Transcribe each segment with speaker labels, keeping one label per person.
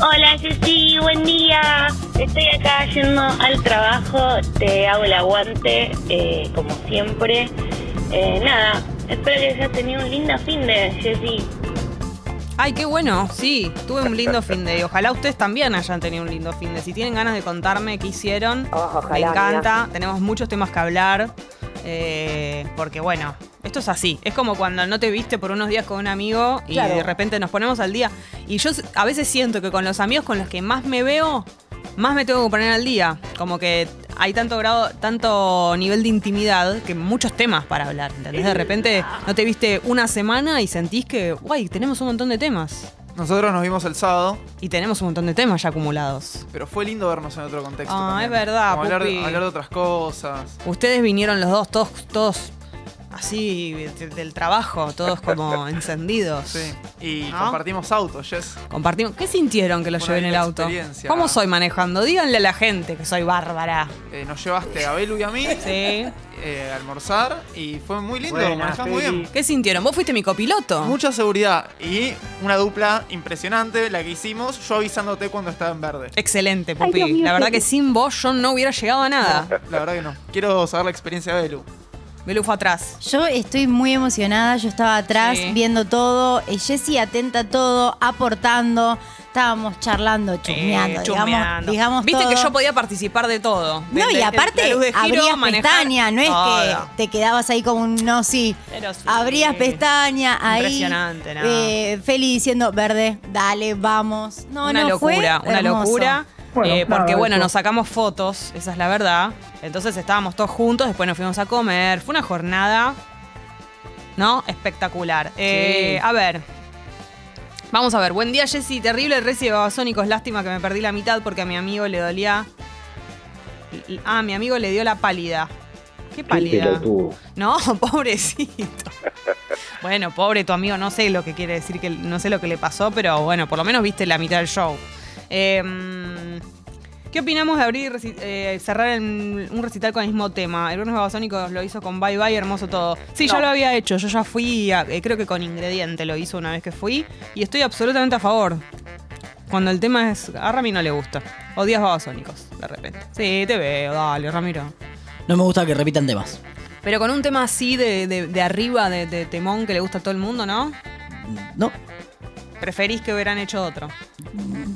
Speaker 1: Hola Ceci, buen día. Estoy acá yendo al trabajo, te hago el aguante, eh, como siempre. Eh, nada, espero que hayas tenido un lindo fin de Ceci.
Speaker 2: Ay, qué bueno, sí, tuve un lindo fin de. y Ojalá ustedes también hayan tenido un lindo fin de. Si tienen ganas de contarme qué hicieron,
Speaker 3: Oh, ojalá,
Speaker 2: me encanta. Tenemos muchos temas que hablar. eh, porque bueno, esto es así. Es como cuando no te viste por unos días con un amigo y
Speaker 3: Claro.
Speaker 2: de repente nos ponemos al día. Y yo s- a veces siento que con los amigos con los que más me veo, más me tengo que poner al día. Como que hay tanto grado, tanto nivel de intimidad que muchos temas para hablar. ¿entendés? De repente no te viste una semana y sentís que, guay, tenemos un montón de temas.
Speaker 4: Nosotros nos vimos el sábado,
Speaker 2: Y tenemos un montón de temas ya acumulados.
Speaker 4: pero fue lindo vernos en otro contexto.
Speaker 2: Ah,
Speaker 4: también.
Speaker 2: es verdad,
Speaker 4: Como hablar,
Speaker 2: Pupi.
Speaker 4: hablar de otras cosas.
Speaker 2: Ustedes vinieron los dos, todos, todos así de- del trabajo, todos como encendidos.
Speaker 4: Sí. Y
Speaker 2: ¿No?
Speaker 4: compartimos autos, Jess.
Speaker 2: Compartimos. ¿Qué sintieron que lo
Speaker 4: Una
Speaker 2: llevé en el
Speaker 4: linda
Speaker 2: auto?
Speaker 4: experiencia.
Speaker 2: ¿Cómo soy manejando? Díganle a la gente que soy bárbara.
Speaker 4: Eh, nos llevaste a Belu y a mí
Speaker 2: ¿Sí?
Speaker 4: eh, a almorzar y fue muy lindo,
Speaker 5: Buenas,
Speaker 4: manejás muy
Speaker 5: Feli.
Speaker 4: bien.
Speaker 2: ¿Qué sintieron? ¿Vos fuiste mi copiloto?
Speaker 4: Mucha seguridad y una dupla impresionante la que hicimos, yo avisándote cuando estaba en verde.
Speaker 2: Excelente, Pupi. la verdad que sin vos yo no hubiera llegado a nada.
Speaker 4: La verdad que no. Quiero saber la experiencia de Belu.
Speaker 2: Belu fue atrás.
Speaker 6: Yo estoy muy emocionada, yo estaba atrás
Speaker 2: Sí.
Speaker 6: viendo todo, eh, Jessy atenta a todo, aportando, estábamos charlando, chusmeando,
Speaker 2: Eh,
Speaker 6: digamos,
Speaker 2: chusmeando.
Speaker 6: digamos
Speaker 2: Viste que
Speaker 6: todo.
Speaker 2: yo podía participar de todo. De-
Speaker 6: No,
Speaker 2: de-
Speaker 6: y
Speaker 2: de-
Speaker 6: aparte
Speaker 2: la luz de giro,
Speaker 6: abrías
Speaker 2: manejar
Speaker 6: pestaña, no es
Speaker 2: todo.
Speaker 6: que te quedabas ahí como un no sí.
Speaker 2: Pero sí.
Speaker 6: Abrías pestaña ahí.
Speaker 2: Impresionante, ¿no?
Speaker 6: eh, Feli diciendo, verde, dale, vamos. No,
Speaker 2: una
Speaker 6: no, fue
Speaker 2: locura, una
Speaker 6: hermoso.
Speaker 2: locura.
Speaker 5: Bueno,
Speaker 2: eh, porque
Speaker 5: nada,
Speaker 2: bueno,
Speaker 5: eso.
Speaker 2: nos sacamos fotos, esa es la verdad. Entonces estábamos todos juntos, después nos fuimos a comer. Fue una jornada, ¿no? Espectacular. Eh, a ver. Vamos a ver. Buen día, Jessy. Terrible el reci de Babasónicos. Lástima que me perdí la mitad porque a mi amigo le dolía. y- y- Ah, mi amigo le dio la pálida. ¿Qué pálida? No, pobrecito. Bueno, pobre tu amigo, no sé lo que quiere decir, que no sé lo que le pasó, pero bueno, por lo menos viste la mitad del show. Eh, ¿Qué opinamos de abrir y reci- eh, cerrar en un recital con el mismo tema? El Bruno Babasónicos lo hizo con Bye Bye, hermoso todo. Sí, yo lo había hecho, yo ya fui, a- eh, creo que con Ingrediente lo hizo una vez que fui, y estoy absolutamente a favor. Cuando el tema es. A Rami no le gusta. Odias Babasónicos, de repente. Sí, te veo, dale, Ramiro.
Speaker 7: No me gusta que repitan temas.
Speaker 2: Pero con un tema así de, de- de arriba, de, de temón que le gusta a todo el mundo, ¿no?
Speaker 7: No,
Speaker 2: Preferís que hubieran hecho otro.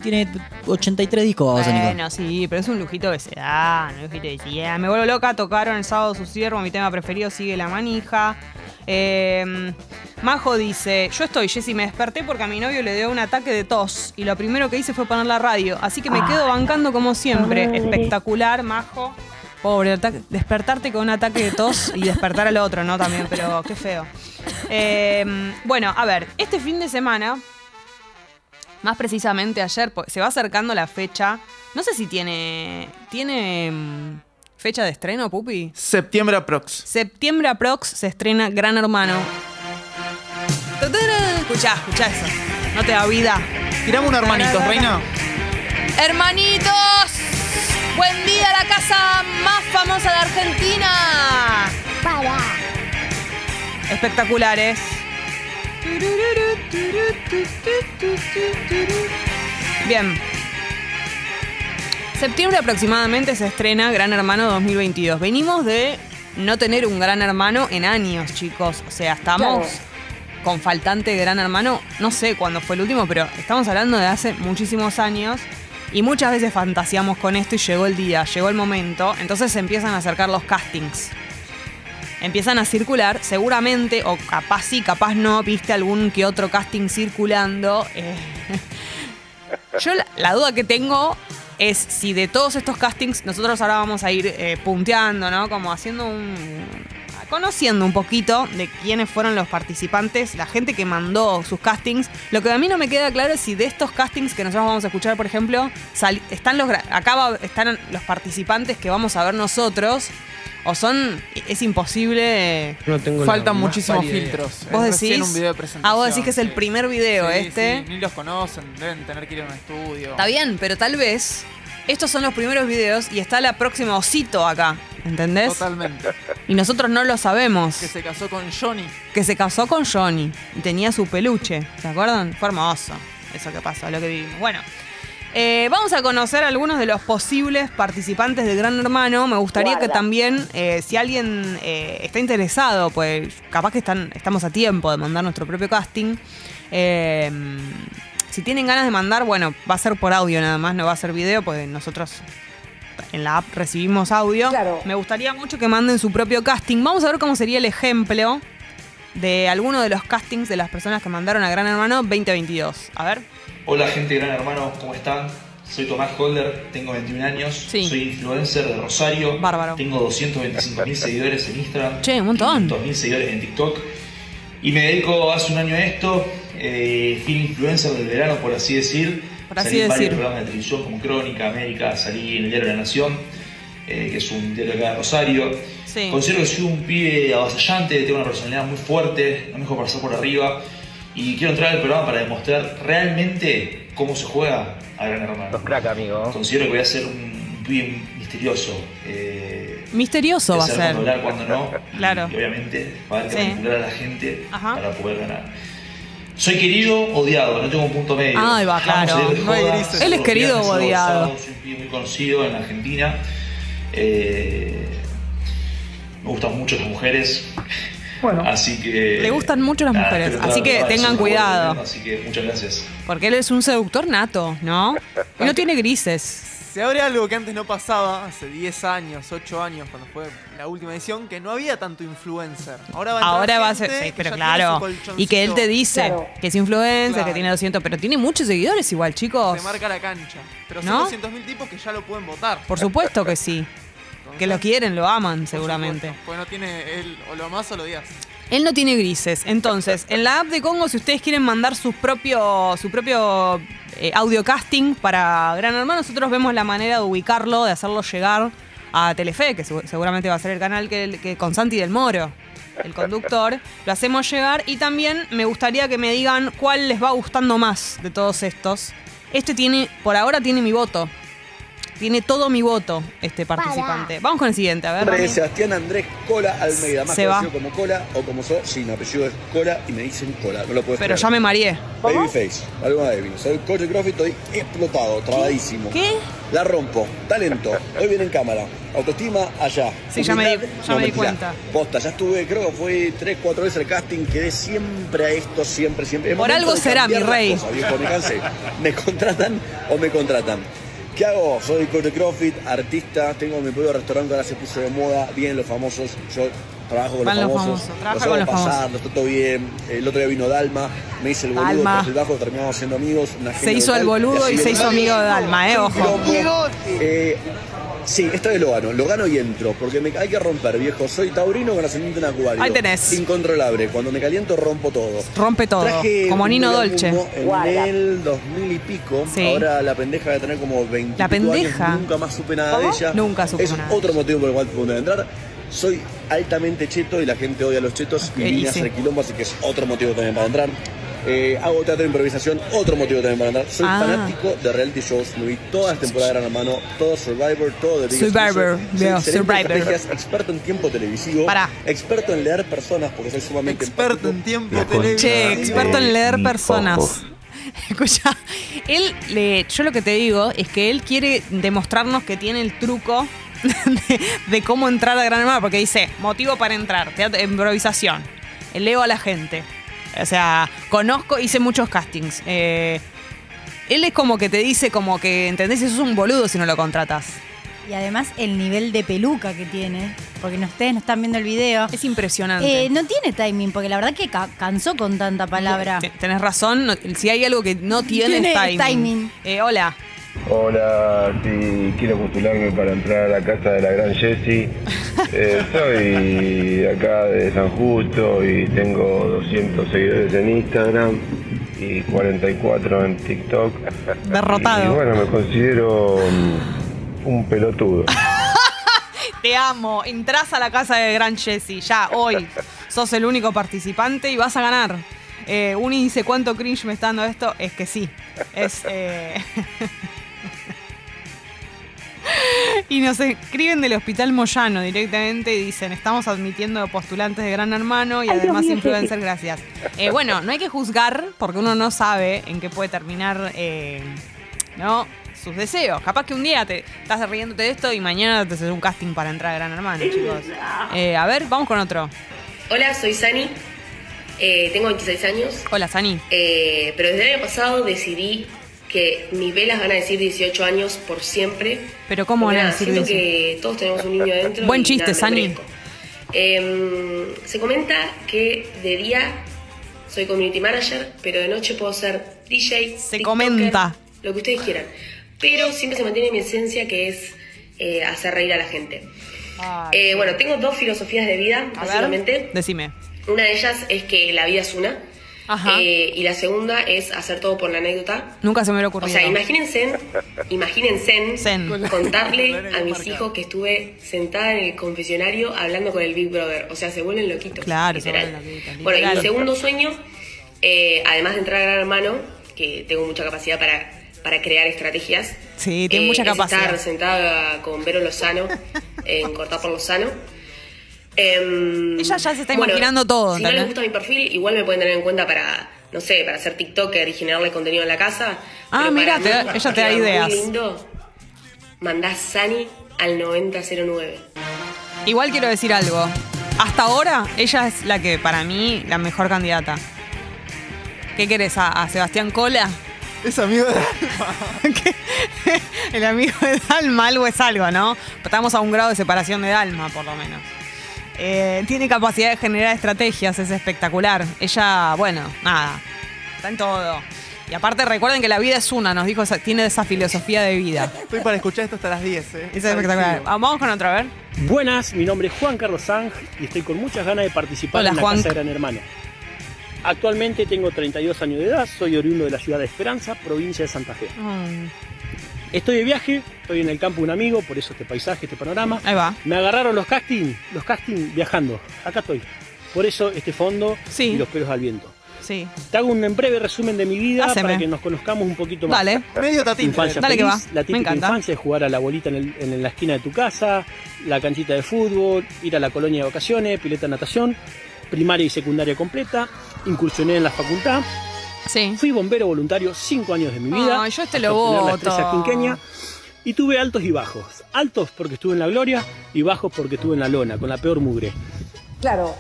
Speaker 7: tiene 83 discos Babasónico.
Speaker 2: Bueno, sí, pero es un lujito que se da, un lujito que se da. Me vuelvo loca, tocaron el sábado su siervo, mi tema preferido sigue la manija. Eh, Majo dice, yo estoy, Jessy, me desperté porque a mi novio le dio un ataque de tos y lo primero que hice fue poner la radio, así que me quedo bancando como siempre. Espectacular, Majo. Pobre, ata- despertarte con un ataque de tos y despertar al otro, ¿no? También, pero qué feo. Eh, bueno, a ver, este fin de semana más precisamente ayer, po- se va acercando la fecha. No sé si tiene. ¿Tiene mm, fecha de estreno, Pupi?
Speaker 4: Septiembre aprox.
Speaker 2: Septiembre aprox se estrena Gran Hermano. ¡Tatara! Escuchá, escuchá eso. No te da vida.
Speaker 4: Tiramos un hermanito, reina.
Speaker 2: ¡Hermanitos! ¡Buen día a la casa más famosa de Argentina! ¡Para! Espectaculares. Bien. Septiembre aproximadamente se estrena Gran Hermano 2022. Venimos de no tener un Gran Hermano en años, chicos. O sea, estamos con faltante de Gran Hermano, no sé cuándo fue el último, pero estamos hablando de hace muchísimos años. Y muchas veces fantaseamos con esto y llegó el día, llegó el momento. Entonces se empiezan a acercar los castings empiezan a circular, seguramente, o capaz sí, capaz no, viste algún que otro casting circulando. eh. Yo la, la duda que tengo es si de todos estos castings nosotros ahora vamos a ir eh, punteando, ¿no? Como haciendo un... Conociendo un poquito de quiénes fueron los participantes, la gente que mandó sus castings. Lo que a mí no me queda claro es si de estos castings que nosotros vamos a escuchar, por ejemplo, sal- están los gra- acá va- están los participantes que vamos a ver nosotros, o son. Es imposible. eh,
Speaker 5: No tengo la
Speaker 4: Faltan
Speaker 5: más
Speaker 4: muchísimos
Speaker 5: pálida idea.
Speaker 4: filtros.
Speaker 2: Vos
Speaker 4: Es recién
Speaker 2: decís.
Speaker 4: un video de
Speaker 2: ah,
Speaker 4: presentación,
Speaker 2: vos decís que es el
Speaker 4: sí.
Speaker 2: primer video
Speaker 4: Sí,
Speaker 2: este.
Speaker 4: sí, Ni los conocen, deben tener que ir a un estudio.
Speaker 2: Está bien, pero tal vez estos son los primeros videos y está la próxima osito acá. ¿Entendés?
Speaker 4: Totalmente.
Speaker 2: Y nosotros no lo sabemos.
Speaker 4: Que se casó con Johnny.
Speaker 2: que se casó con Johnny y tenía su peluche, ¿se acuerdan? Fue hermoso eso que pasó, lo que vivimos. Bueno, Eh, vamos a conocer algunos de los posibles participantes de Gran Hermano. Me gustaría que
Speaker 3: Guarda.
Speaker 2: también, eh, si alguien eh, está interesado, pues capaz que están, estamos a tiempo de mandar nuestro propio casting. Eh, si tienen ganas de mandar, bueno, va a ser por audio nada más, no va a ser video, pues nosotros en la app recibimos audio.
Speaker 3: Claro.
Speaker 2: Me gustaría mucho que manden su propio casting. Vamos a ver cómo sería el ejemplo de alguno de los castings de las personas que mandaron a Gran Hermano 2022. A ver.
Speaker 5: Hola gente de Gran Hermano, ¿cómo están? Soy Tomás Holder, tengo 21 años,
Speaker 2: Sí.
Speaker 5: soy influencer de Rosario,
Speaker 2: Bárbaro.
Speaker 5: tengo 225.000 seguidores en Instagram,
Speaker 2: Che, un montón.
Speaker 5: 500.000 seguidores en TikTok y me dedico hace un año a esto, eh, fui influencer del verano por así decir,
Speaker 2: Por así
Speaker 5: salí en varios
Speaker 2: decir.
Speaker 5: programas de televisión como Crónica, América, salí en el Diario de la Nación, eh, que es un diario acá de Rosario,
Speaker 2: Sí.
Speaker 5: Considero que soy un pibe avasallante, tengo una personalidad muy fuerte, no me dejo pasar por arriba y quiero entrar al programa para demostrar realmente cómo se juega a Gran Hermano.
Speaker 8: crack, amigo.
Speaker 5: Considero que voy a ser un pibe misterioso. Eh,
Speaker 2: Misterioso
Speaker 5: que
Speaker 2: va a
Speaker 5: sabe
Speaker 2: ser.
Speaker 5: cuándo hablar, cuándo no.
Speaker 2: Claro.
Speaker 5: Y, obviamente va a haber que
Speaker 2: Sí.
Speaker 5: manipular a la gente
Speaker 2: Ajá.
Speaker 5: para poder ganar. Soy querido, odiado, no tengo un punto medio.
Speaker 2: Ahí va,
Speaker 5: Jamás
Speaker 2: claro.
Speaker 5: salir de
Speaker 2: No hay
Speaker 5: joda,
Speaker 2: grises.
Speaker 5: soy
Speaker 2: Él es querido
Speaker 5: soy
Speaker 2: o odiado.
Speaker 5: abusado, Soy un pibe muy conocido en la Argentina. Eh, me gustan mucho las mujeres. Bueno, así que.
Speaker 2: Le gustan mucho las mujeres,
Speaker 5: espero
Speaker 2: así
Speaker 5: estar
Speaker 2: que
Speaker 5: en
Speaker 2: tengan
Speaker 5: ese juego,
Speaker 2: cuidado.
Speaker 5: ¿no? Así que muchas gracias.
Speaker 2: Porque él es un seductor nato, ¿no? Y no tiene grises.
Speaker 4: Se abre algo que antes no pasaba, hace 10 años, 8 años, cuando fue la última edición, que no había tanto influencer. Ahora va a, entrar
Speaker 2: Ahora va a ser.
Speaker 4: gente
Speaker 2: sí,
Speaker 4: que
Speaker 2: pero
Speaker 4: ya
Speaker 2: claro.
Speaker 4: tiene su
Speaker 2: Y que él te
Speaker 4: colchoncito,
Speaker 2: dice
Speaker 3: Claro.
Speaker 2: que es influencer, que
Speaker 4: Claro.
Speaker 2: tiene 200, pero tiene muchos seguidores igual, chicos.
Speaker 4: Se marca la cancha. Pero
Speaker 2: ¿No?
Speaker 4: son 200.000 tipos que ya lo pueden votar.
Speaker 2: Por supuesto que sí. Que lo quieren, lo aman, seguramente.
Speaker 4: Pues no tiene él, o lo amás o lo odias.
Speaker 2: Él no tiene grises. Entonces, en la app de Congo, si ustedes quieren mandar sus propio, su propio eh, audio casting para Gran Hermano, nosotros vemos la manera de ubicarlo, de hacerlo llegar a Telefe, que segu- seguramente va a ser el canal que, que con Santi del Moro, el conductor, lo hacemos llegar. Y también me gustaría que me digan cuál les va gustando más de todos estos. Este tiene, por ahora tiene mi voto. Tiene todo mi voto este participante. Vamos con el siguiente, a ver.
Speaker 9: nombre
Speaker 2: Rami.
Speaker 9: es Sebastián Andrés Cola Almeida, más
Speaker 2: Se
Speaker 9: conocido
Speaker 2: va.
Speaker 9: como Cola o como yo, sí, mi apellido es Cola y me dicen Cola, no lo puedes
Speaker 2: Pero ya
Speaker 9: creer.
Speaker 2: me mareé.
Speaker 9: Babyface, algo más débil. Soy coach de CrossFit, estoy explotado, trabadísimo.
Speaker 2: ¿Qué?
Speaker 9: La rompo, talento, hoy viene en cámara, autoestima allá.
Speaker 2: Sí, ya me di-
Speaker 9: Humildad,
Speaker 2: ya me di
Speaker 9: mentira.
Speaker 2: cuenta.
Speaker 9: Posta, ya estuve, creo que fue tres, cuatro veces el casting, quedé siempre a esto, siempre, siempre. Es
Speaker 2: Por
Speaker 9: momento
Speaker 2: algo
Speaker 9: de
Speaker 2: será,
Speaker 9: cambiar
Speaker 2: mi
Speaker 9: las
Speaker 2: rey.
Speaker 9: cosas, viejo, me cansé. ¿Me contratan o me contratan? ¿Qué hago? Soy coach de CrossFit, artista, tengo mi propio restaurante, ahora se puso de moda, bien los famosos, yo trabajo con
Speaker 2: Van
Speaker 9: los
Speaker 2: los
Speaker 9: famosos,
Speaker 2: famosos, trabaja
Speaker 9: hago
Speaker 2: con los
Speaker 9: pasar,
Speaker 2: famosos.
Speaker 9: los trato bien, el otro día vino Dalma, me hice el boludo
Speaker 2: Dalma.
Speaker 9: tras el bajo, terminamos siendo amigos, una
Speaker 2: Se hizo
Speaker 9: total,
Speaker 2: el boludo y
Speaker 9: así
Speaker 2: se
Speaker 9: es.
Speaker 2: hizo amigo de Dalma, eh, ojo.
Speaker 9: Quilombo. Eh, sí, esta vez lo gano. Lo gano y entro. Porque me, hay que romper, viejo. Soy taurino con ascendente en acuario.
Speaker 2: Ahí tenés.
Speaker 9: Incontrolable. Cuando me caliento rompo todo.
Speaker 2: Rompe todo,
Speaker 9: Traje
Speaker 2: como
Speaker 9: un
Speaker 2: Nino
Speaker 9: gran
Speaker 2: Dolce.
Speaker 9: mundo En
Speaker 3: Guarda.
Speaker 9: el 2000 y pico.
Speaker 2: Sí.
Speaker 9: Ahora la pendeja va a tener como 20
Speaker 2: La pendeja.
Speaker 9: años. Nunca más supe nada de ella.
Speaker 2: Nunca supe
Speaker 9: es
Speaker 2: nada.
Speaker 9: otro motivo por el cual pude entrar. Soy altamente cheto y la gente odia a los chetos.
Speaker 2: Ok,
Speaker 9: y vine
Speaker 2: y
Speaker 9: a
Speaker 2: sí.
Speaker 9: hacer quilombo, así que es otro motivo también para entrar. Eh, hago teatro de improvisación, otro motivo también para entrar. Soy
Speaker 2: Ah.
Speaker 9: fanático de reality shows, me vi todas las temporadas de Gran Hermano, todo Survivor, todo de
Speaker 2: Survivor, veo, Survivor.
Speaker 9: experto en tiempo televisivo,
Speaker 2: Pará.
Speaker 9: experto en leer personas porque soy sumamente
Speaker 4: Experto
Speaker 9: empático.
Speaker 4: en tiempo,
Speaker 8: La
Speaker 4: televisión.
Speaker 2: Che, experto en leer
Speaker 8: Sí,
Speaker 2: personas.
Speaker 8: ojo.
Speaker 2: Escucha, él, le- yo lo que te digo es que él quiere demostrarnos que tiene el truco de, de cómo entrar a Gran Hermano, porque dice, motivo para entrar, teatro, improvisación, leo a la gente. O sea, conozco, hice muchos castings. Eh, él es como que te dice, como que, ¿entendés? Eso es un boludo si no lo contratas.
Speaker 6: Y además el nivel de peluca que tiene, porque no, ustedes no están viendo el video.
Speaker 2: Es impresionante.
Speaker 6: Eh, no tiene timing, porque la verdad que ca- cansó con tanta palabra.
Speaker 2: Te- Tenés razón, no- si hay algo que no tiene,
Speaker 6: Tiene
Speaker 2: es timing.
Speaker 6: timing.
Speaker 2: Eh, hola.
Speaker 10: Hola, sí, quiero postularme para entrar a la casa de la gran Jessie. Eh, soy acá de San Justo y tengo 200 seguidores en Instagram y 44 en TikTok.
Speaker 2: Derrotado.
Speaker 10: Y bueno, me considero mm, un pelotudo.
Speaker 2: Te amo. Entrás a la casa de Gran Jesse ya hoy. Sos el único participante y vas a ganar. Eh, Uni dice cuánto cringe me está dando esto. Es que sí. Es. eh, y nos escriben del Hospital Moyano directamente y dicen: Estamos admitiendo postulantes de Gran Hermano y
Speaker 3: Ay, Dios
Speaker 2: además
Speaker 3: mío,
Speaker 2: influencer, gracias. Eh, bueno, no hay que juzgar porque uno no sabe en qué puede terminar. eh, ¿No? sus deseos. Capaz que un día te estás riéndote de esto y mañana te haces un casting para entrar a Gran Hermano, chicos. Eh, a ver, vamos con otro.
Speaker 3: Hola, soy Sani. Eh, tengo 26 años.
Speaker 2: Hola, Sani.
Speaker 3: Eh, pero desde el año pasado decidí que mis velas van a decir 18 años por siempre.
Speaker 2: Pero ¿cómo
Speaker 3: Porque
Speaker 2: van a
Speaker 3: nada,
Speaker 2: decir
Speaker 3: siento
Speaker 2: 18?
Speaker 3: que todos tenemos un niño adentro.
Speaker 2: Buen
Speaker 3: y
Speaker 2: chiste,
Speaker 3: nada, me
Speaker 2: Sani.
Speaker 3: merezco. Eh, se comenta que de día soy community manager, pero de noche puedo ser DJ.
Speaker 2: Se
Speaker 3: TikToker,
Speaker 2: comenta.
Speaker 3: Lo que ustedes quieran. Pero siempre se mantiene mi esencia que es eh, hacer reír a la gente. Eh, bueno, tengo dos filosofías de vida,
Speaker 2: A ver,
Speaker 3: básicamente.
Speaker 2: decime.
Speaker 3: Una de ellas es que la vida es una.
Speaker 2: Ajá.
Speaker 3: Eh, y la segunda es hacer todo por la anécdota.
Speaker 2: Nunca se me hubiera
Speaker 3: O
Speaker 2: ocurrido.
Speaker 3: sea, imagínense, imagínense
Speaker 2: Zen.
Speaker 3: contarle a mis hijos que estuve sentada en el confesionario hablando con el Big Brother. O sea, se vuelven loquitos.
Speaker 2: Claro, se
Speaker 3: literal.
Speaker 2: vuelven loquitos,
Speaker 3: Bueno, y
Speaker 2: literal.
Speaker 3: mi segundo sueño, eh, además de entrar a Gran Hermano, que tengo mucha capacidad para, para crear estrategias.
Speaker 2: Sí, tiene mucha
Speaker 3: Eh, es
Speaker 2: capacidad.
Speaker 3: Estar sentada con Vero Lozano en Cortar por Lozano. Em,
Speaker 2: Ella ya se está imaginando todo,
Speaker 3: Si no les
Speaker 2: ¿entendés?
Speaker 3: gusta mi perfil, igual me pueden tener en cuenta para, no sé, para hacer TikToker y generarle contenido en la casa.
Speaker 2: Ah,
Speaker 3: Pero
Speaker 2: mira,
Speaker 3: para
Speaker 2: te da-
Speaker 3: mí
Speaker 2: ella te da
Speaker 3: queda muy
Speaker 2: ideas.
Speaker 3: lindo. Mandás Sani al 9009.
Speaker 2: Igual quiero decir algo. Hasta ahora, ella es la que, para mí, la mejor candidata. ¿Qué querés? ¿A, a Sebastián Cola?
Speaker 4: Es amigo de Alba.
Speaker 2: ¿Qué? El amigo de Dalma, algo es algo, ¿no? Estamos a un grado de separación de Dalma, por lo menos. Eh, tiene capacidad de generar estrategias, es espectacular. Ella, bueno, nada, está en todo. Y aparte recuerden que la vida es una, nos dijo, esa- tiene esa filosofía de vida.
Speaker 4: Estoy para escuchar esto hasta las 10, ¿eh?
Speaker 2: Es espectacular. Ah, Vamos con otra, a ver.
Speaker 8: Buenas, mi nombre es Juan Carlos Sang y estoy con muchas ganas de participar
Speaker 2: Hola,
Speaker 8: en la
Speaker 2: Juan.
Speaker 8: Casa Gran Hermano. Actualmente tengo 32 años de edad, soy oriundo de la ciudad de Esperanza, provincia de Santa Fe.
Speaker 2: Mm,
Speaker 8: Estoy de viaje, estoy en el campo de un amigo, por eso este paisaje, este panorama.
Speaker 2: Ahí va.
Speaker 8: Me agarraron los casting, los casting viajando. Acá estoy. Por eso este fondo
Speaker 2: Sí.
Speaker 8: y los pelos al viento.
Speaker 2: Sí.
Speaker 8: Te hago un breve resumen de mi vida
Speaker 2: Haceme.
Speaker 8: para que nos conozcamos un poquito más.
Speaker 2: Dale.
Speaker 4: Medio tatín.
Speaker 8: Infancia
Speaker 2: Dale que
Speaker 8: feliz,
Speaker 2: va.
Speaker 8: la
Speaker 2: Me
Speaker 8: típica
Speaker 2: encanta.
Speaker 8: infancia es jugar a la bolita en, el- en la esquina de tu casa, la canchita de fútbol, ir a la colonia de vacaciones, pileta de natación, primaria y secundaria completa, incursioné en la facultad,
Speaker 2: Sí.
Speaker 8: fui bombero voluntario cinco años de mi vida,
Speaker 2: Ay, yo este
Speaker 8: hasta
Speaker 2: lo
Speaker 8: obtener la
Speaker 2: voto.
Speaker 8: estrella quinqueña, y tuve altos y bajos, altos porque estuve en la gloria y bajos porque estuve en la lona, con la peor mugre.
Speaker 3: Claro.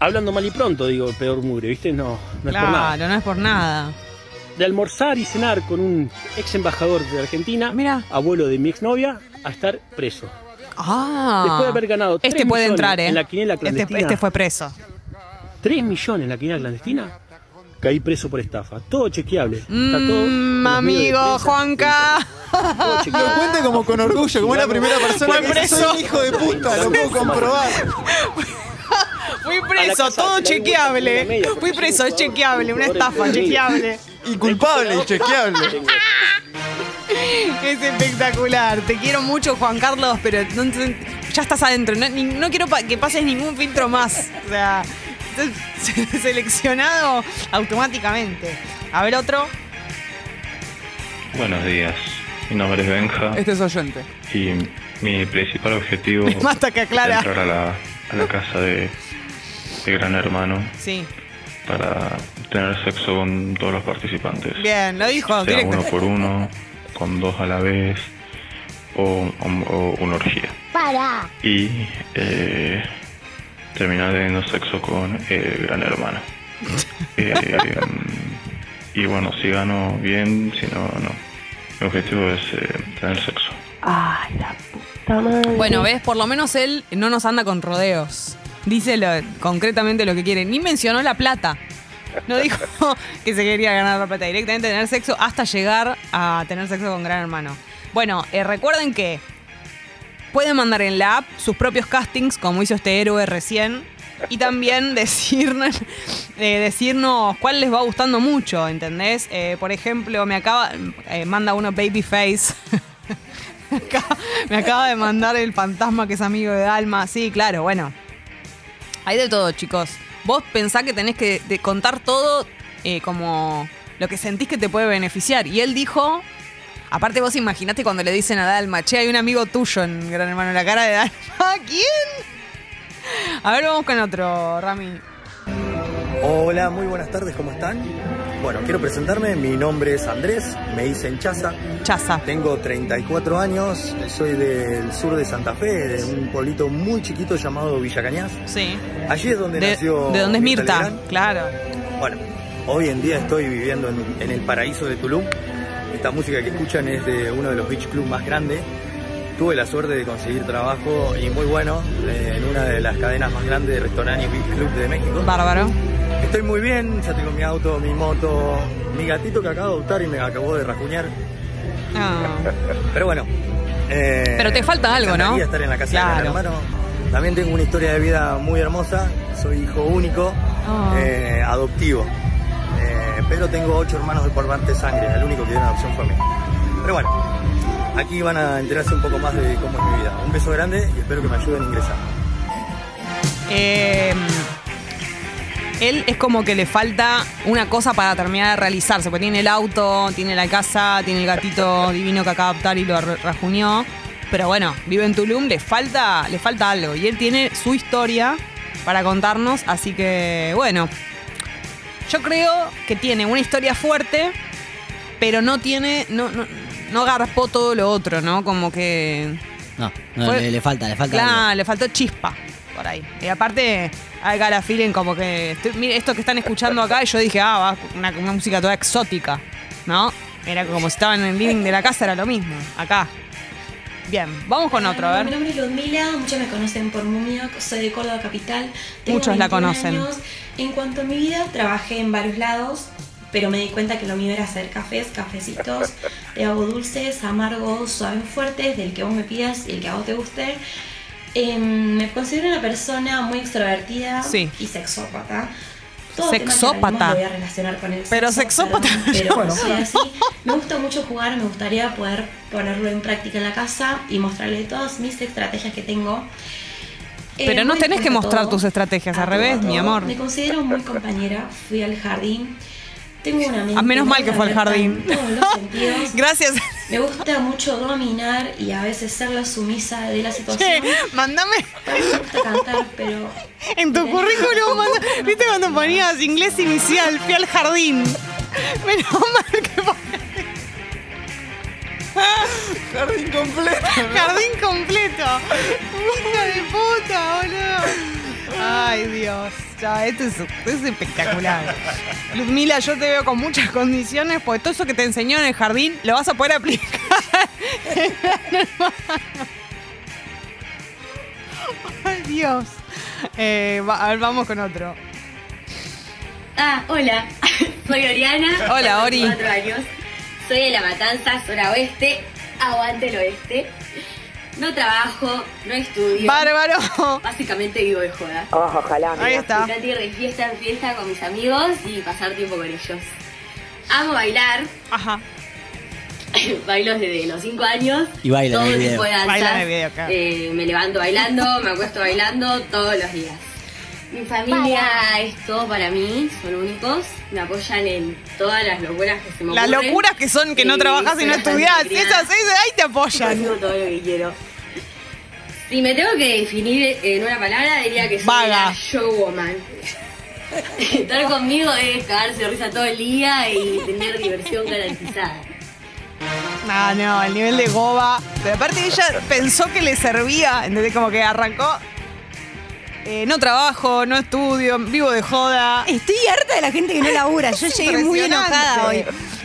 Speaker 8: Hablando mal y pronto digo peor mugre, ¿viste? No, no es por nada.
Speaker 2: Claro, no es por nada.
Speaker 8: de almorzar y cenar con un ex embajador de Argentina,
Speaker 2: Mirá.
Speaker 8: abuelo de mi exnovia, a estar preso.
Speaker 2: Ah.
Speaker 8: Después de haber ganado tres
Speaker 2: Este puede
Speaker 8: millones
Speaker 2: entrar, ¿eh?
Speaker 8: en la quiniela
Speaker 2: Este-
Speaker 8: clandestina.
Speaker 2: este fue preso.
Speaker 8: 3 millones en la quiniela clandestina, caí preso por estafa. Todo chequeable. Está todo en
Speaker 2: Mm,
Speaker 8: los medios de
Speaker 2: amigo
Speaker 8: prensa.
Speaker 2: Juanca.
Speaker 8: Todo chequeable.
Speaker 4: Lo cuenta como con orgullo, como la primera persona que dice, soy un hijo de puta, lo puedo comprobar.
Speaker 2: Fui
Speaker 8: A la
Speaker 2: preso, todo
Speaker 8: casa le doy vuelta como una
Speaker 2: chequeable.
Speaker 8: media, porque
Speaker 2: Fui
Speaker 8: soy
Speaker 2: preso,
Speaker 8: un
Speaker 2: es
Speaker 8: jugador,
Speaker 2: chequeable,
Speaker 8: un
Speaker 2: una
Speaker 8: jugador
Speaker 2: estafa,
Speaker 8: entre medio.
Speaker 2: chequeable.
Speaker 4: Y culpable, y chequeable.
Speaker 8: Tengo-
Speaker 2: Es espectacular. Te quiero mucho, Juan Carlos, pero no ent- ya estás adentro. No, ni- no quiero pa- que pases ningún filtro más. O sea, se- seleccionado automáticamente. A ver otro.
Speaker 10: Buenos días, mi nombre es Benja
Speaker 4: Este es oyente.
Speaker 10: y mi principal objetivo
Speaker 2: Me mata que aclara.
Speaker 10: es entrar a la, a la casa de, de Gran Hermano
Speaker 2: Sí,
Speaker 10: para tener sexo con todos los participantes.
Speaker 2: bien, lo dijo.
Speaker 10: Sea
Speaker 2: Directo.
Speaker 10: uno por uno, con dos a la vez o, o- o una orgía.
Speaker 1: Para.
Speaker 10: Y eh, terminar teniendo sexo con el Gran Hermano. Eh, mm, y bueno, si gano bien, si no, no. Mi objetivo es eh, tener sexo.
Speaker 2: Bueno, ves, por lo menos él no nos anda con rodeos. Dice lo- concretamente lo que quiere. Ni mencionó la plata. No dijo que se quería ganar la plata directamente, tener sexo hasta llegar a tener sexo con Gran Hermano. Bueno, eh, recuerden que pueden mandar en la app sus propios castings, como hizo este héroe recién, y también decir, eh, decirnos cuál les va gustando mucho, ¿entendés? Eh, por ejemplo, me acaba, eh, manda uno Babyface. Acá- me acaba de mandar el fantasma que es amigo de Dalma. Sí, claro, bueno. Hay de todo, chicos. Vos pensá que tenés que de- contar todo eh, como lo que sentís que te puede beneficiar. Y él dijo. Aparte, vos imaginaste cuando le dicen a Dalma, che, hay un amigo tuyo en Gran Hermano, la cara de Dalma. ¿Quién? A ver, vamos con otro, Rami.
Speaker 9: Hola, muy buenas tardes, ¿cómo están?
Speaker 11: Bueno, quiero presentarme, mi nombre es Andrés, me dicen Chaza.
Speaker 2: Chaza.
Speaker 11: Tengo 34 años, soy del sur de Santa Fe, de un pueblito muy chiquito llamado Villa Cañas.
Speaker 2: Sí.
Speaker 11: Allí es donde
Speaker 2: de,
Speaker 11: nació...
Speaker 2: ¿De dónde es Mirta?
Speaker 11: Legrand.
Speaker 2: Claro.
Speaker 11: Bueno, hoy en día estoy viviendo en, en el paraíso de Tulum. Esta música que escuchan es de uno de los beach clubs más grandes. Tuve la suerte de conseguir trabajo y muy bueno eh, en una de las cadenas más grandes de restaurantes y beach club de México.
Speaker 2: Bárbaro.
Speaker 11: Estoy muy bien, ya tengo mi auto, mi moto, mi gatito que acabo de adoptar y me acabó de rajuñar.
Speaker 2: Ah.
Speaker 11: Pero bueno. eh,
Speaker 2: Pero te falta
Speaker 11: me
Speaker 2: algo, ¿no?
Speaker 11: encantaría estar en la casa de
Speaker 2: Claro.
Speaker 11: mi hermano. También tengo una historia de vida muy hermosa. Soy hijo único,
Speaker 12: Oh.
Speaker 2: Ah.
Speaker 11: eh, adoptivo. Eh, pero tengo ocho hermanos de por parte de sangre. El único que dio una adopción fue a mí. Pero bueno, aquí van a enterarse un poco más de cómo es mi vida. Un beso grande y espero que me ayuden a ingresar.
Speaker 2: Eh, él es como que le falta una cosa para terminar de realizarse, porque tiene el auto, tiene la casa, tiene el gatito divino que acaba de adoptar y lo re- rajuñó. Pero bueno, vive en Tulum, le falta, le falta algo. Y él tiene su historia para contarnos, así que bueno. Yo creo que tiene una historia fuerte, pero no tiene. no, no, no garpó todo lo otro, ¿no? Como que.
Speaker 7: No, no,
Speaker 2: Fue-
Speaker 7: le, le falta, le falta. algo.
Speaker 2: Claro, le faltó chispa por ahí. Y aparte, hay cara feeling como que. estoy- mire, esto que están escuchando acá, y yo dije, ah, va, una, una música toda exótica, ¿no? Era como si estaban en el living de la casa, era lo mismo. Acá. Bien, vamos con otro, a
Speaker 13: Mi
Speaker 2: ver.
Speaker 13: nombre es Ludmila, muchos me conocen por Mumia, soy de Córdoba Capital. tengo
Speaker 2: Muchos la
Speaker 13: 21
Speaker 2: conocen.
Speaker 13: años. En cuanto a mi vida, trabajé en varios lados, pero me di cuenta que lo mío era hacer cafés, cafecitos. Te hago dulces, amargos, suaves, fuertes, del que vos me pidas y el que a vos te guste. Em, me considero una persona muy extrovertida
Speaker 2: Sí.
Speaker 13: y sexópata. Todo tema que
Speaker 2: Sexópata.
Speaker 13: hablemos lo voy a relacionar con el
Speaker 2: Pero
Speaker 13: sexo,
Speaker 2: sexópata.
Speaker 13: perdón, pero
Speaker 2: Bueno.
Speaker 13: soy así. Me gusta mucho jugar, me gustaría poder ponerlo en práctica en la casa y mostrarle todas mis estrategias que tengo. Eh,
Speaker 2: Pero no
Speaker 13: voy
Speaker 2: tenés que
Speaker 13: dispuesta a
Speaker 2: mostrar
Speaker 13: todo,
Speaker 2: tus estrategias,
Speaker 13: a
Speaker 2: al
Speaker 13: todo, a
Speaker 2: revés, mi
Speaker 13: todo.
Speaker 2: amor.
Speaker 13: Me considero muy compañera, fui al jardín. Tengo una mente
Speaker 2: Ah, menos mal que
Speaker 13: muy
Speaker 2: fue al
Speaker 13: abierta en
Speaker 2: jardín.
Speaker 13: todos los sentidos.
Speaker 2: Gracias.
Speaker 13: Me gusta mucho dominar y a veces ser la sumisa de la situación.
Speaker 2: Che, mándame.
Speaker 13: También me gusta cantar, pero
Speaker 2: En tu currículum, manda- viste cuando ponías inglés inicial, fui al jardín. Menos mal que ponías.
Speaker 4: Jardín completo.
Speaker 2: Jardín completo. Hija de puta, boludo. Ay, Dios. Ya, esto es, esto es espectacular. Ludmila, yo te veo con muchas condiciones, porque todo eso que te enseñó en el jardín lo vas a poder aplicar. Ay, Dios. Eh, va- a ver, vamos con otro.
Speaker 12: Ah, hola, soy Oriana.
Speaker 2: Hola, Ori.
Speaker 12: tengo cuatro años. Soy de La Matanza, zona oeste. Aguante el oeste. No trabajo, no estudio.
Speaker 2: ¡Bárbaro!
Speaker 12: Básicamente vivo de joda.
Speaker 14: ojalá.
Speaker 12: Me encanta ir de fiesta en fiesta con mis amigos y pasar tiempo con ellos. Amo bailar.
Speaker 2: Ajá.
Speaker 12: Bailo desde los 5 años.
Speaker 7: Y bailan
Speaker 12: todo
Speaker 7: en el
Speaker 12: tipo
Speaker 7: video.
Speaker 12: de danzas.
Speaker 7: Bailan en el video, claro.
Speaker 12: Eh, me levanto bailando, me acuesto bailando todos los días. Mi familia es todo para mí, son únicos, me apoyan en todas las locuras que se me
Speaker 2: Las
Speaker 12: ocurren.
Speaker 2: locuras que son que no
Speaker 12: Sí,
Speaker 2: trabajas y no
Speaker 12: son bastante
Speaker 2: estudias.
Speaker 12: criadas.
Speaker 2: Esas, esas, ahí te
Speaker 12: Y
Speaker 2: apoyan.
Speaker 12: consigo todo lo que quiero. Si me tengo que definir eh, en una palabra, diría que soy
Speaker 2: Vaga.
Speaker 12: una showwoman. Estar conmigo es cagarse de risa todo el día y tener diversión garantizada.
Speaker 2: No, Ah, no, el nivel de goba. Pero aparte ella pensó que le servía, ¿entendés? Como que arrancó. eh, no trabajo, no estudio, vivo de joda.
Speaker 14: Estoy harta de la gente que no labura. Yo
Speaker 2: Es
Speaker 14: llegué muy
Speaker 2: impresionante.
Speaker 14: enojada hoy.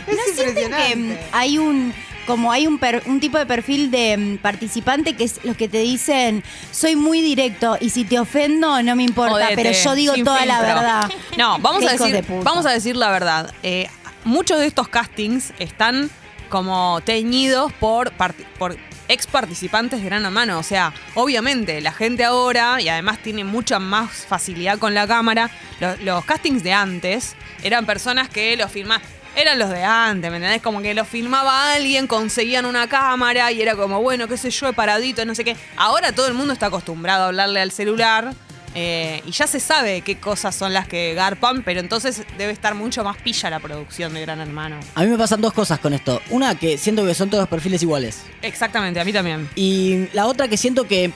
Speaker 2: Es
Speaker 6: ¿No sienten que mm,
Speaker 2: impresionante.
Speaker 6: hay un como hay un, per- un tipo de perfil de mm, participante que es los que te dicen soy muy directo y si te ofendo no me importa,
Speaker 2: Jodete,
Speaker 6: pero yo digo
Speaker 2: sin
Speaker 6: toda la
Speaker 2: filtro.
Speaker 6: verdad.
Speaker 2: No, vamos
Speaker 6: Qué
Speaker 2: a,
Speaker 6: hijos
Speaker 2: decir,
Speaker 6: de puta.
Speaker 2: vamos a decir la verdad. Eh, muchos de estos castings están como teñidos por, parti- por ex participantes de Gran Hermano. O sea, obviamente la gente ahora, y además tiene mucha más facilidad con la cámara, lo- los castings de antes eran personas que los firmaban. Eran los de antes, ¿me entendés? Como que los filmaba alguien, conseguían una cámara y era como, bueno, qué sé yo, he paradito, no sé qué. Ahora todo el mundo está acostumbrado a hablarle al celular eh, y ya se sabe qué cosas son las que garpan, pero entonces debe estar mucho más pilla la producción de Gran Hermano.
Speaker 7: A mí me pasan dos cosas con esto. Una que siento que son todos perfiles iguales.
Speaker 2: Exactamente, a mí también.
Speaker 7: Y la otra que siento que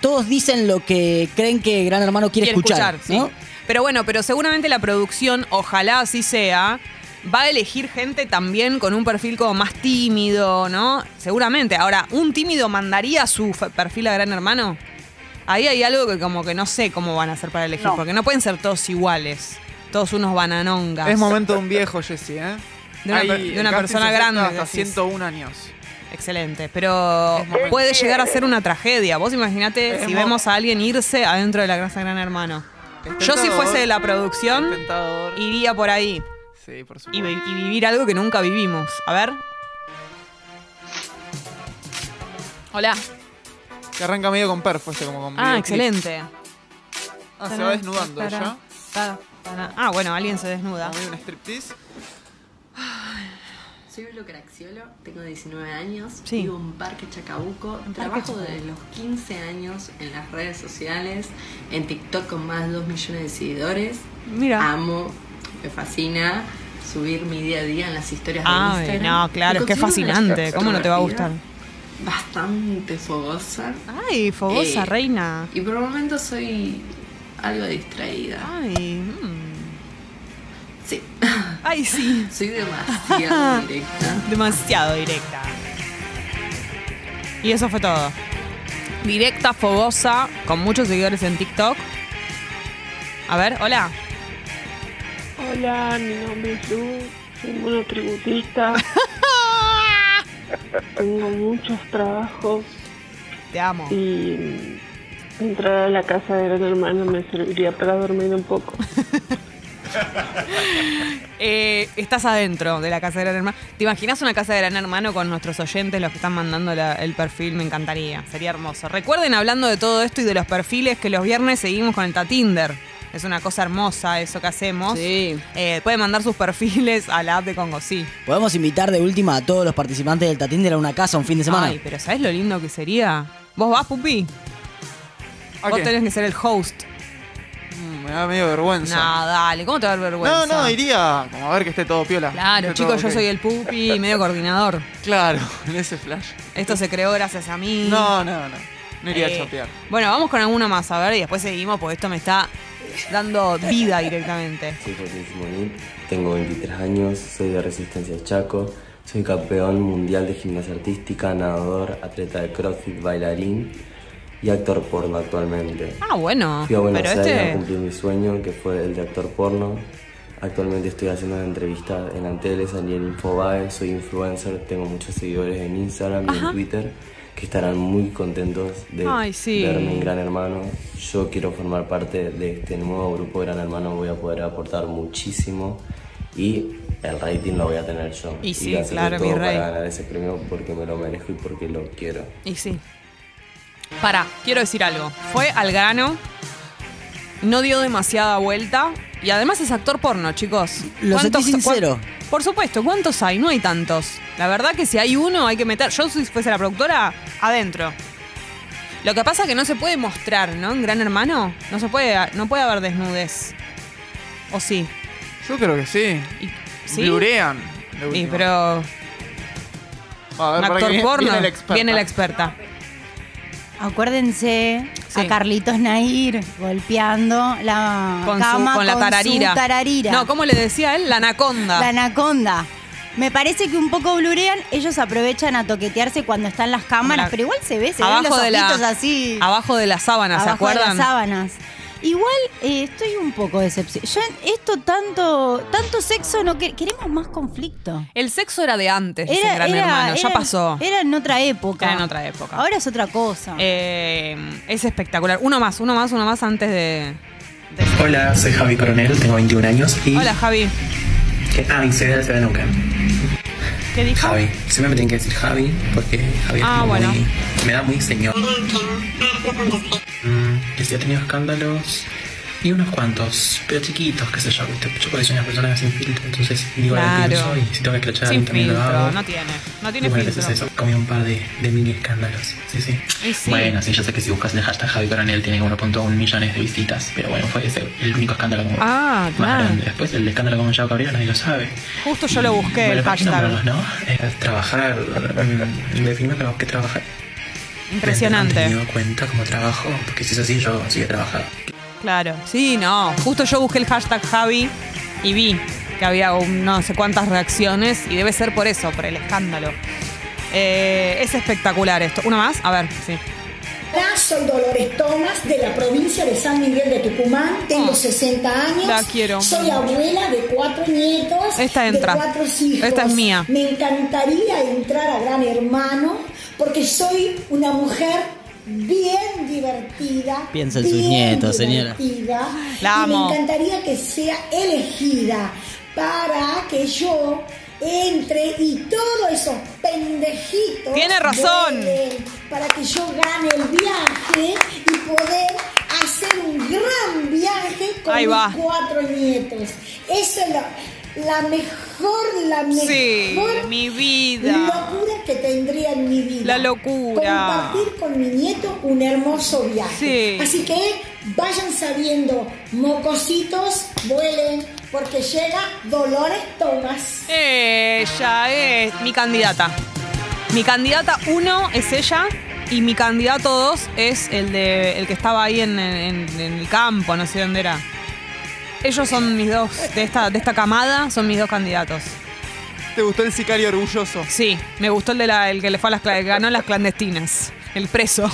Speaker 7: todos dicen lo que creen que Gran Hermano quiere,
Speaker 2: Quiere escuchar,
Speaker 7: ¿no?
Speaker 2: sí. Pero bueno, pero seguramente la producción, ojalá así sea, va a elegir gente también con un perfil como más tímido, ¿no? Seguramente. Ahora, ¿un tímido mandaría su f- perfil a Gran Hermano? Ahí hay algo que como que no sé cómo van a hacer para elegir,
Speaker 4: No.
Speaker 2: porque no pueden ser todos iguales, todos unos bananongas.
Speaker 4: Es momento de un viejo, Jesse, ¿eh?
Speaker 2: De una
Speaker 4: Hay
Speaker 2: per- de
Speaker 4: el
Speaker 2: una
Speaker 4: casting
Speaker 2: persona
Speaker 4: se acepta
Speaker 2: grande,
Speaker 4: Hasta
Speaker 2: decís.
Speaker 4: 101 años.
Speaker 2: Excelente, pero
Speaker 4: momento.
Speaker 2: puede llegar a ser una tragedia. Vos imaginate
Speaker 4: Es
Speaker 2: si
Speaker 4: mo-
Speaker 2: vemos a alguien irse adentro de la casa de Gran Hermano. Yo si
Speaker 4: tentador.
Speaker 2: fuese de la producción,
Speaker 4: Es tentador.
Speaker 2: iría por ahí
Speaker 4: Sí, por
Speaker 2: y,
Speaker 4: supuesto.
Speaker 2: vi- y vivir algo que nunca vivimos. A ver. Hola.
Speaker 4: Que arranca medio con perfo este como con
Speaker 2: Ah,
Speaker 4: videoclip.
Speaker 2: excelente.
Speaker 4: Ah, se va desnudando ella.
Speaker 2: Ah, bueno, alguien se desnuda.
Speaker 4: Hay un striptease.
Speaker 15: Soy Belu Caraxiolo, tengo 19 años,
Speaker 2: Sí.
Speaker 15: vivo en Parque Chacabuco, trabajo desde los 15 años en las redes sociales, en TikTok con más de 2 millones de seguidores.
Speaker 2: Mira.
Speaker 15: Amo, me fascina subir mi día a día en las historias de
Speaker 2: Ay,
Speaker 15: Instagram.
Speaker 2: Ah, no,
Speaker 15: Me
Speaker 2: claro, es que es
Speaker 15: considero una
Speaker 2: fascinante. ¿Cómo no te va a gustar?
Speaker 15: extrovertida, Bastante fogosa.
Speaker 2: Ay, fogosa,
Speaker 15: Eh,
Speaker 2: reina.
Speaker 15: Y por momentos soy algo distraída.
Speaker 2: Ay,
Speaker 15: hmm. Sí.
Speaker 2: Ay, sí.
Speaker 15: Soy demasiado directa.
Speaker 2: Demasiado directa. Y eso fue todo. Directa, fogosa, con muchos seguidores en TikTok. A ver, hola.
Speaker 16: Hola, mi nombre es Lu, soy monotributista. Tengo muchos trabajos.
Speaker 2: Te amo.
Speaker 16: Y entrar a la casa de gran hermano me serviría para dormir un poco.
Speaker 2: Eh, estás adentro de la casa de Gran Hermano. ¿Te imaginas una casa de Gran Hermano con nuestros oyentes, los que están mandando la- el perfil? Me encantaría, sería hermoso. Recuerden, hablando de todo esto y de los perfiles, que los viernes seguimos con el Tatinder. Es una cosa hermosa eso que hacemos. Sí. pueden mandar sus perfiles a la app de Congo, sí.
Speaker 7: Podemos invitar de última a todos los participantes del Tatinder a una casa un fin de semana.
Speaker 2: Ay, pero ¿sabes lo lindo que sería? ¿Vos vas, Pupi?
Speaker 4: ¿A
Speaker 2: Vos
Speaker 4: qué?
Speaker 2: tenés que ser el host.
Speaker 4: Mm, Me da medio vergüenza.
Speaker 2: No, dale, ¿cómo te va a dar vergüenza?
Speaker 4: No, no, iría como a ver que esté todo piola.
Speaker 2: Claro,
Speaker 4: Esté
Speaker 2: chicos,
Speaker 4: todo
Speaker 2: yo
Speaker 4: ok.
Speaker 2: soy el Pupi, medio coordinador.
Speaker 4: Claro, en ese flash.
Speaker 2: Esto se creó gracias a mí.
Speaker 4: No, no, no. No iría
Speaker 2: Eh,
Speaker 4: a chapear.
Speaker 2: Bueno, vamos con alguna más, a ver, y después seguimos, porque esto me está dando vida directamente.
Speaker 17: Soy José Simoní, tengo 23 años, soy de Resistencia Chaco, soy campeón mundial de gimnasia artística, nadador, atleta de crossfit, bailarín y actor porno actualmente.
Speaker 2: Ah, bueno,
Speaker 17: Fui a Buenos
Speaker 2: pero
Speaker 17: Aires
Speaker 2: este...
Speaker 17: a cumplir mi sueño, que fue el de actor porno. Actualmente estoy haciendo una entrevista en Anteles, en el Infobae, soy influencer, tengo muchos seguidores en Instagram y
Speaker 2: Ajá.
Speaker 17: en Twitter que estarán muy contentos de
Speaker 2: Ay, sí.
Speaker 17: verme en Gran Hermano. Yo quiero formar parte de este nuevo grupo Gran Hermano, voy a poder aportar muchísimo y el rating lo voy a tener yo.
Speaker 2: Y sí,
Speaker 17: voy a hacer de
Speaker 2: claro, mi
Speaker 17: todo
Speaker 2: rey.
Speaker 17: Para ganar ese premio porque me lo merezco y porque lo quiero.
Speaker 2: Y sí. Pará, quiero decir algo. Fue al grano, no dio demasiada vuelta, y además es actor porno, chicos.
Speaker 7: Lo sentí
Speaker 2: ¿Cuántos-
Speaker 7: sincero.
Speaker 2: cuán- Por supuesto, ¿cuántos hay? No hay tantos. La verdad que si hay uno hay que meter... Yo si fuese la productora, adentro. Lo que pasa es que no se puede mostrar, ¿no? En Gran Hermano. No se puede, no puede haber desnudez. ¿O sí?
Speaker 4: Yo creo que sí.
Speaker 2: ¿Sí?
Speaker 4: Blurean.
Speaker 2: Sí, pero...
Speaker 4: A ver,
Speaker 2: un
Speaker 4: pará
Speaker 2: actor
Speaker 4: que viene-
Speaker 2: porno.
Speaker 4: viene la experta.
Speaker 2: experta.
Speaker 6: Acuérdense a Carlitos Nair golpeando la
Speaker 2: Con, su-
Speaker 6: cama
Speaker 2: con la
Speaker 6: con
Speaker 2: tararira.
Speaker 6: su tararira.
Speaker 2: No, ¿cómo le decía él? La anaconda.
Speaker 6: La anaconda. Me parece que un poco blurean, ellos aprovechan a toquetearse cuando están las cámaras,
Speaker 2: La-
Speaker 6: pero igual se ve, se ven
Speaker 2: abajo
Speaker 6: los
Speaker 2: de la
Speaker 6: ojitos así.
Speaker 2: abajo de las sábanas, ¿se
Speaker 6: abajo de
Speaker 2: acuerdan?
Speaker 6: las sábanas. Igual eh, estoy un poco decepcionada. Yo en esto tanto, tanto sexo no que- queremos más conflicto.
Speaker 2: El sexo era de antes, dice Gran Hermano, ya
Speaker 6: era-
Speaker 2: pasó.
Speaker 6: Era en otra época.
Speaker 2: Era en otra época.
Speaker 6: Ahora es otra cosa.
Speaker 2: Eh, es espectacular. Uno más, uno más, uno más antes de.
Speaker 18: Hola, soy Javi Coronel, tengo 21 años y...
Speaker 2: Hola, Javi.
Speaker 18: que- ah, mi cereal se ve nunca.
Speaker 2: ¿Qué dijo?
Speaker 18: Javi. Siempre me tienen que decir Javi porque Javi es
Speaker 2: Ah,
Speaker 18: como
Speaker 2: bueno.
Speaker 18: muy- me da muy señor. Mm, que si ha tenido escándalos y unos cuantos, pero chiquitos, qué sé yo, ¿viste? Yo porque soy una persona sin filtro, entonces digo
Speaker 2: Claro.
Speaker 18: lo que pienso y si tengo que escrachar
Speaker 2: Sin
Speaker 18: también lo
Speaker 2: filtro,
Speaker 18: hago.
Speaker 2: no tiene. No
Speaker 18: Y
Speaker 2: tiene
Speaker 18: bueno,
Speaker 2: filtro.
Speaker 18: entonces eso, comí un par de, de mini escándalos. Sí, sí.
Speaker 2: Y sí.
Speaker 18: Bueno, sí, yo sé que si buscas el hashtag Javi Coronel tiene 1.1 millones de visitas, pero bueno, fue ese el único escándalo como
Speaker 2: Ah,
Speaker 18: más
Speaker 2: claro.
Speaker 18: grande. Después el escándalo con Yao Cabrera nadie lo sabe.
Speaker 2: Justo yo lo busqué,
Speaker 18: Bueno,
Speaker 2: el
Speaker 18: para qué nombrarlos,
Speaker 2: hashtag.
Speaker 18: ¿no? Eh, trabajar, mm, definirme como que trabajar.
Speaker 2: Impresionante.
Speaker 18: Me he tenido cuenta como trabajo, porque si es así yo sí he trabajado.
Speaker 2: Claro. Sí, no. Justo yo busqué el hashtag Javi y vi que había un no sé cuántas reacciones y debe ser por eso, por el escándalo. Eh, es espectacular esto. ¿Una más? A ver, sí.
Speaker 19: Hola, soy Dolores Tomás de la provincia de San Miguel de Tucumán. Tengo 60 años.
Speaker 2: Mm. La quiero.
Speaker 19: Soy abuela de cuatro nietos.
Speaker 2: Esta entra.
Speaker 19: De cuatro hijos.
Speaker 2: Esta es mía.
Speaker 19: Me encantaría entrar a Gran Hermano porque soy una mujer bien divertida.
Speaker 7: Piensa en
Speaker 19: bien
Speaker 7: sus nietos, señora.
Speaker 19: divertida,
Speaker 2: La amo.
Speaker 19: Y me encantaría que sea elegida para que yo entre y todos esos pendejitos.
Speaker 2: Tiene razón.
Speaker 19: vuelen, para que yo gane el viaje y poder hacer un gran viaje con
Speaker 2: Ahí va.
Speaker 19: mis cuatro nietos. Esa es la, la mejor, la mejor
Speaker 2: Sí, mi vida.
Speaker 19: locura que tendría en mi vida.
Speaker 2: La locura.
Speaker 19: Compartir con mi nieto un hermoso viaje.
Speaker 2: Sí.
Speaker 19: Así que vayan sabiendo, mocositos, vuelen, porque llega Dolores Tomás.
Speaker 2: Ella es mi candidata. Mi candidata uno es ella y mi candidato dos es el de el que estaba ahí en, en- en el campo, no sé dónde era. Ellos son mis dos, de esta, de esta camada, son mis dos candidatos.
Speaker 4: ¿Te gustó el sicario orgulloso?
Speaker 2: Sí, me gustó el, de la, el que le fue a las, cla- ganó las clandestinas, el preso.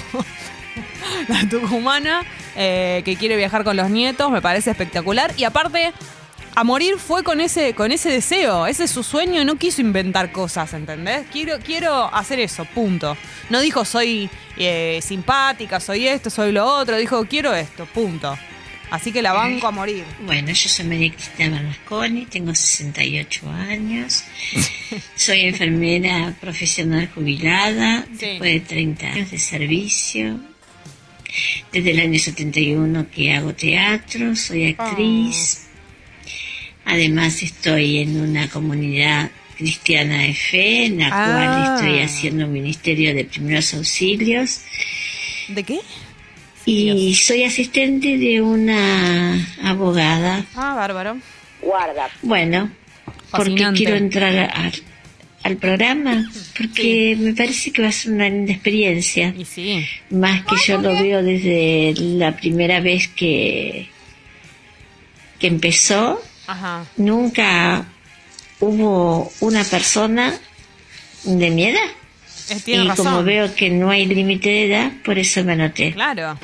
Speaker 2: la tucumana, eh, que quiere viajar con los nietos, me parece espectacular. Y aparte, a morir fue con ese, con ese deseo, ese es su sueño, no quiso inventar cosas, ¿entendés? Quiero, quiero hacer eso, punto. No dijo soy eh, simpática, soy esto, soy lo otro, dijo quiero esto, punto. Así que la banco a morir.
Speaker 20: Bueno, yo soy Benedicta Bernasconi, tengo 68 años, soy enfermera profesional jubilada, después de 30 años de servicio, desde el año 71 que hago teatro, soy
Speaker 2: Oh.
Speaker 20: actriz, además estoy en una comunidad cristiana de fe, en la
Speaker 2: Ah.
Speaker 20: cual estoy haciendo un ministerio de primeros auxilios.
Speaker 2: ¿De qué?
Speaker 20: Y soy asistente de una abogada
Speaker 2: Ah, bárbaro.
Speaker 20: Guarda. Bueno, porque
Speaker 2: Fascinante.
Speaker 20: quiero entrar a- a- al programa, porque me parece que va a ser una linda experiencia. Más que yo lo veo desde la primera vez que, que empezó,
Speaker 2: Ajá.
Speaker 20: nunca hubo una persona de mi edad.
Speaker 2: Eh, tiene
Speaker 20: Y
Speaker 2: razón.
Speaker 20: como veo que no hay límite de edad, por eso me anoté.
Speaker 2: Claro.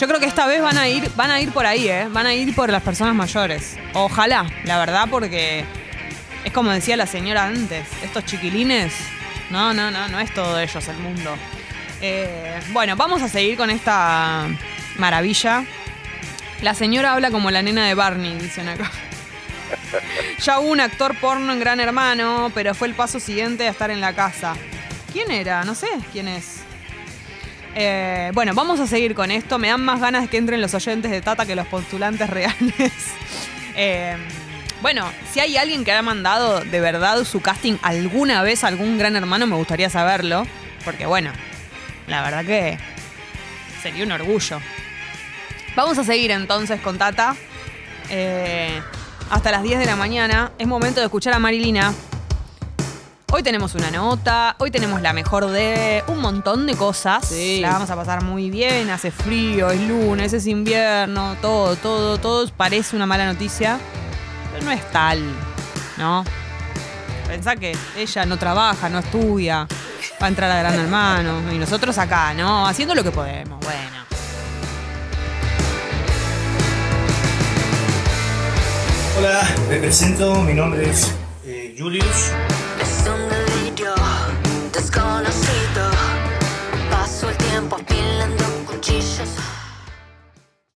Speaker 2: Yo creo que esta vez van a ir, van a ir por ahí, ¿eh? Van a ir por las personas mayores. Ojalá, la verdad, porque es como decía la señora antes, estos chiquilines, no, no, no, no es todo ellos el mundo. Eh, bueno, vamos a seguir con esta maravilla. La señora habla como la nena de Barney, dicen acá. Ya hubo un actor porno en Gran Hermano, pero fue el paso siguiente a estar en la casa. ¿Quién era? No sé quién es. Eh, bueno, vamos a seguir con esto. Me dan más ganas que entren los oyentes de Tata que los postulantes reales. Eh, bueno, si hay alguien que ha mandado de verdad su casting alguna vez a algún gran hermano, me gustaría saberlo. Porque bueno, la verdad que sería un orgullo. Vamos a seguir entonces con Tata. Eh, hasta las 10 de la mañana. Es momento de escuchar a Marilina. Hoy tenemos una nota, hoy tenemos la mejor de un montón de cosas. La vamos a pasar muy bien, hace frío, es lunes, es invierno, todo, todo, todo parece una mala noticia, pero no es tal, ¿no? Pensá que ella no trabaja, no estudia, va a entrar a Gran Hermano, y nosotros acá, ¿no? Haciendo lo que podemos, bueno.
Speaker 21: Hola, me presento, mi nombre es eh, Julius.